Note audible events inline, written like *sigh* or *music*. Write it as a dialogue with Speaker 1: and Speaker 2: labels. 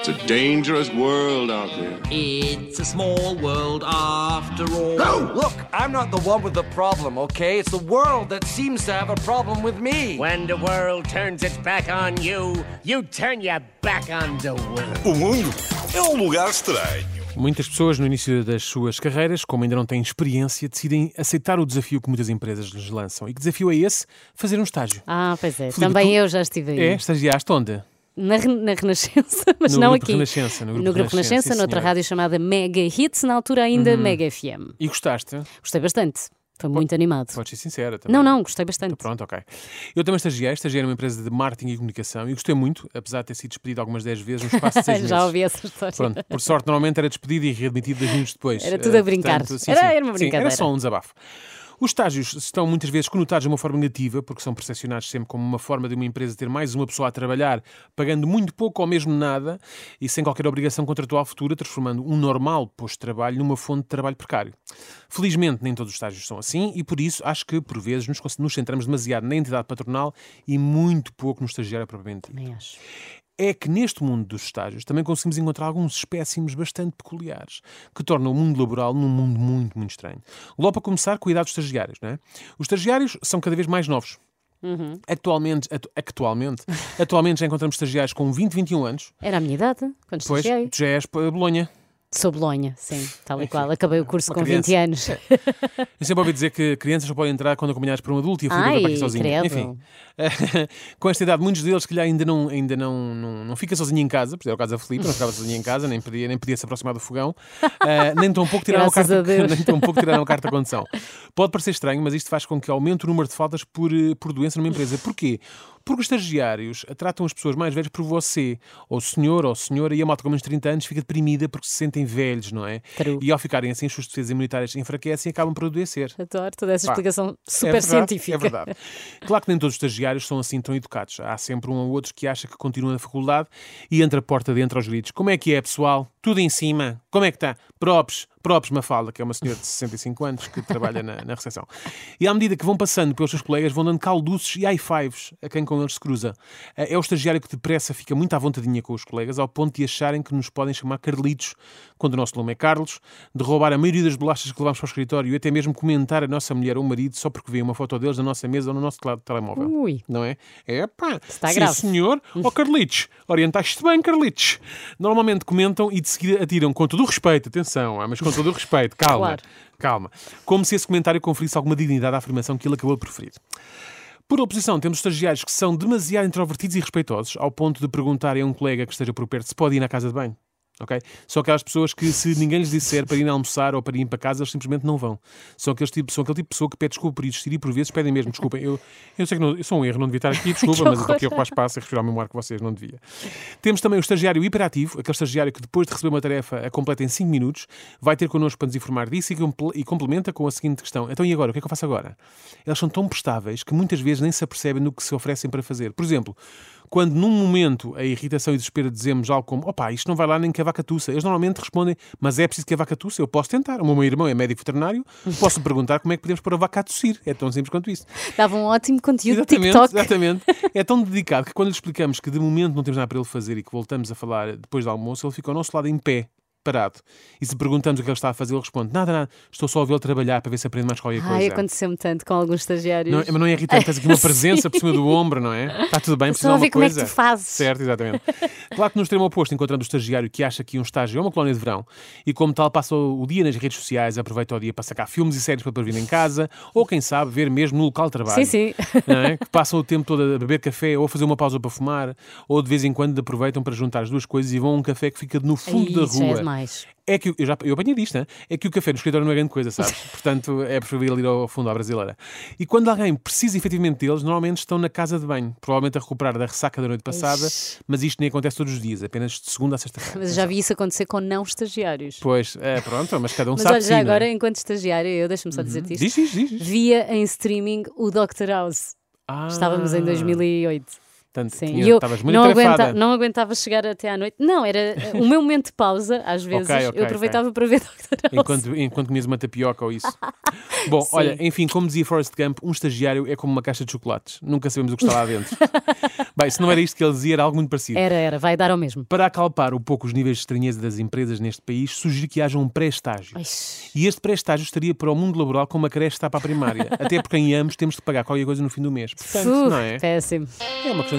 Speaker 1: It's a dangerous world out there.
Speaker 2: It's a small world after all.
Speaker 3: Oh, Look, I'm not the one with the problem, okay? It's the world that seems to have a problem with me.
Speaker 4: When the world turns its back on you, you turn your back on the world.
Speaker 5: O mundo é um lugar estranho.
Speaker 6: Muitas pessoas, no início das suas carreiras, como ainda não têm experiência, decidem aceitar o desafio que muitas empresas lhes lançam. E que desafio é esse? Fazer um estágio.
Speaker 7: Ah, pois é.
Speaker 6: Filipe,
Speaker 7: Também
Speaker 6: tu-
Speaker 7: eu já estive aí.
Speaker 6: É, estagiaste onde?
Speaker 7: Na, Ren- na Renascença, *laughs* mas
Speaker 6: No
Speaker 7: não
Speaker 6: Grupo
Speaker 7: aqui.
Speaker 6: Renascença, no Grupo Renascença,
Speaker 7: Renascença,
Speaker 6: sim,
Speaker 7: noutra
Speaker 6: senhora. Uhum.
Speaker 7: rádio chamada Mega Hits, na altura ainda Mega FM.
Speaker 6: E gostaste?
Speaker 7: Gostei bastante. Foi muito animado.
Speaker 6: Podes ser sincera também.
Speaker 7: Não, não, gostei bastante.
Speaker 6: Então Pronto, ok. Eu também estagiei, estagiei numa empresa de marketing e comunicação e gostei muito, apesar de ter sido despedido algumas 10 vezes no espaço de 6 meses.
Speaker 7: *laughs* já ouvi essa história.
Speaker 6: Pronto, por sorte, normalmente era despedido e readmitido dois minutos depois.
Speaker 7: Era tudo a
Speaker 6: Eh,
Speaker 7: brincar.
Speaker 6: portanto, sim,
Speaker 7: Era-
Speaker 6: sim.
Speaker 7: era uma
Speaker 6: Sim,
Speaker 7: brincadeira.
Speaker 6: era só um desabafo. Os estágios estão muitas vezes conotados de uma forma negativa, porque são percepcionados sempre como uma forma de uma empresa ter mais uma pessoa a trabalhar, pagando muito pouco ou mesmo nada, e sem qualquer obrigação contratual futura, transformando um normal posto de trabalho numa fonte de trabalho precário. Felizmente, nem todos os estágios são assim, e por isso acho que, por vezes, nos, nos centramos demasiado na entidade patronal e muito pouco no estagiário propriamente dito
Speaker 7: Também acho.
Speaker 6: é que neste mundo dos estágios também conseguimos encontrar alguns espécimes bastante peculiares, que tornam o mundo laboral num mundo muito, muito estranho. Logo para começar, com a idade dos estagiários. Não é? Os estagiários são cada vez mais novos.
Speaker 7: Uhum.
Speaker 6: Atualmente, atu-
Speaker 7: *laughs*
Speaker 6: actualmente, atualmente já encontramos estagiários com 20, 21 anos.
Speaker 7: Era a minha idade, quando
Speaker 6: Pois,
Speaker 7: estagiei.
Speaker 6: tu já és para Bolonha.
Speaker 7: Sou Bolonha, sim, tal e
Speaker 6: Enfim,
Speaker 7: qual. Acabei o curso
Speaker 6: uma
Speaker 7: com
Speaker 6: criança. É,
Speaker 7: 20 anos.
Speaker 6: Eu sempre ouvi dizer que crianças só podem entrar quando acompanhadas por um adulto e a Filipe
Speaker 7: Ai,
Speaker 6: vai para aqui sozinha.
Speaker 7: credo.
Speaker 6: Enfim, com esta idade, muitos deles que lhe ainda não, ainda não, não, não fica sozinho em casa, porque era o caso da Filipe, não ficava sozinha em casa, nem podia, nem podia se aproximar do fogão, ah, nem tão pouco tiraram a
Speaker 7: Graças
Speaker 6: carta,
Speaker 7: a
Speaker 6: *laughs*
Speaker 7: Deus.
Speaker 6: nem tão pouco tiraram a carta de condição. Pode parecer estranho, mas isto faz com que aumente o número de faltas por, eh, por doença numa empresa. Porquê? Porque os estagiários tratam as pessoas mais velhas por você, ou senhor, ou senhora, e a malta com menos de 30 anos fica deprimida porque se sentem velhos, não é?
Speaker 7: True.
Speaker 6: E ao ficarem assim, as suas defesas imunitárias enfraquecem e acabam por adoecer.
Speaker 7: Adoro toda essa
Speaker 6: Pá,
Speaker 7: explicação super
Speaker 6: É verdade,
Speaker 7: científica.
Speaker 6: É verdade. Claro que nem todos os estagiários são assim tão educados. Há sempre um ou outro que acha que continua na faculdade e entra a porta dentro aos gritos. Como é que é, pessoal? Tudo em cima? Como é que está? Props, props Mafalda, que é uma senhora de 65 anos que trabalha na, na recepção. E à medida que vão passando pelos seus colegas, vão dando calduces e high fives a quem com eles se cruza. É o estagiário que depressa fica muito à vontadinha com os colegas, ao ponto de acharem que nos podem chamar Carlitos, quando o nosso nome é Carlos, de roubar a maioria das bolachas que levamos para o escritório e até mesmo comentar a nossa mulher ou marido só porque vê uma foto deles na nossa mesa ou no nosso tele- telemóvel.
Speaker 7: Ui.
Speaker 6: Não é? É pá.
Speaker 7: Está
Speaker 6: Sim,
Speaker 7: grave. *laughs*
Speaker 6: senhor. Ó Carlitos, orientaste-te bem, Carlitos. Normalmente comentam e de seguida atiram com todo o respeito. Atenção, ah, mas com todo o respeito. Calma.
Speaker 7: Claro.
Speaker 6: Calma. Como se esse comentário conferisse alguma dignidade à afirmação que ele acabou de proferir. Por oposição, temos estagiários que são demasiado introvertidos e respeitosos, ao ponto de perguntarem a um colega que esteja por perto se pode ir na casa de banho. ok? São aquelas pessoas que, se ninguém lhes disser para ir almoçar ou para ir para casa, eles simplesmente não vão. São, aqueles tipo, são aquele tipo de pessoa que pede desculpa por existir e, por vezes, pedem mesmo desculpa. Eu, eu sei que não, eu sou um erro, não devia estar aqui, desculpa, mas é eu estou aqui a ocupar espaço e respirar o mesmo ar que vocês, não devia. Temos também o estagiário hiperativo, aquele estagiário que, depois de receber uma tarefa, a completa em 5 minutos, vai ter connosco para nos informar disso e comple- e complementa com a seguinte questão: então e agora? O que é que eu faço agora? Eles são tão prestáveis que muitas vezes nem se apercebem do que se oferecem para fazer. Por exemplo, quando num momento a irritação e o desespero dizemos algo como opá, isto não vai lá nem que a vaca tussa, eles normalmente respondem mas é preciso que a vaca tussa, eu posso tentar. O meu irmão é médico veterinário, posso perguntar como é que podemos pôr a vaca a tossir. É tão simples quanto isso.
Speaker 7: Dava um ótimo conteúdo de
Speaker 6: Exatamente,
Speaker 7: TikTok.
Speaker 6: exatamente. É tão dedicado que quando lhe explicamos que de momento não temos nada para ele fazer e que voltamos a falar depois do almoço, ele fica ao nosso lado em pé, parado. E se perguntamos o que ele está a fazer, ele responde: Nada, nada, estou só a vê-lo trabalhar para ver se aprende mais qualquer
Speaker 7: Ai,
Speaker 6: coisa.
Speaker 7: aconteceu-me tanto com alguns estagiários.
Speaker 6: é. Não, é- mas não é irritante, tens aqui
Speaker 7: *laughs*
Speaker 6: uma presença por cima do ombro, não é? Está tudo bem, precisa
Speaker 7: a
Speaker 6: de alguma
Speaker 7: ver como é que
Speaker 6: coisa.
Speaker 7: tu fazes.
Speaker 6: Certo, exatamente. Claro que no extremo oposto encontramos o estagiário que acha que um estágio é uma colónia de verão e, como tal, passa o dia nas redes sociais, aproveita o dia para sacar filmes e séries para prever em casa ou, quem sabe, ver mesmo no local de trabalho
Speaker 7: Sim, sim.
Speaker 6: não é? que passam o tempo todo a beber café ou a fazer uma pausa para fumar, ou de vez em quando aproveitam para juntar as duas coisas e vão a um café que fica no fundo
Speaker 7: Ai,
Speaker 6: da
Speaker 7: isso já é
Speaker 6: rua.
Speaker 7: demais.
Speaker 6: É que o- eu já eu apanhei disto, né? é que o café no escritório não é grande coisa,
Speaker 7: *laughs*
Speaker 6: sabes? Portanto, é preferível ir ao fundo à brasileira. E quando alguém precisa efetivamente deles, normalmente estão na casa de banho, provavelmente a recuperar da ressaca da noite passada, mas isto nem acontece todos os dias, apenas de segunda a
Speaker 7: *laughs*
Speaker 6: sexta-feira.
Speaker 7: Mas já vi isso acontecer com não estagiários.
Speaker 6: Pois, é, pronto, mas cada um
Speaker 7: Mas
Speaker 6: sabe
Speaker 7: olha,
Speaker 6: de
Speaker 7: já
Speaker 6: si, não é? Uhum.
Speaker 7: agora, enquanto estagiária, eu deixa-me só dizer-te isto.
Speaker 6: Diz, diz, diz. diz.
Speaker 7: Via em streaming o Dr. House.
Speaker 6: Ah.
Speaker 7: Estávamos em 2008.
Speaker 6: Portanto,
Speaker 7: Sim,
Speaker 6: tinha-
Speaker 7: e eu
Speaker 6: estavas muito
Speaker 7: não,
Speaker 6: atarefada.
Speaker 7: aguenta, não aguentava chegar até à noite. Não, era eh, o meu momento de pausa, às vezes.
Speaker 6: ok,
Speaker 7: eu aproveitava para ver Dr. House.
Speaker 6: Enquanto, enquanto comias uma tapioca ou
Speaker 7: *laughs*
Speaker 6: isso. Bom, olha, enfim, como dizia Forrest Gump, um estagiário é como uma caixa de chocolates. Nunca sabemos o que está lá
Speaker 7: *laughs*
Speaker 6: dentro. Bem, se não era isto que ele dizia, era algo muito parecido.
Speaker 7: Era, era, vai dar ao mesmo.
Speaker 6: Para acalpar um pouco os níveis de estranheza das empresas neste país, sugiro que haja um pré-estágio.
Speaker 7: Ixi,
Speaker 6: E este pré-estágio estaria para o mundo laboral como a creche está para a primária. Até porque em ambos temos de pagar qualquer coisa no fim do mês. Portanto,
Speaker 7: fu,
Speaker 6: não é?
Speaker 7: Péssimo.
Speaker 6: É uma questão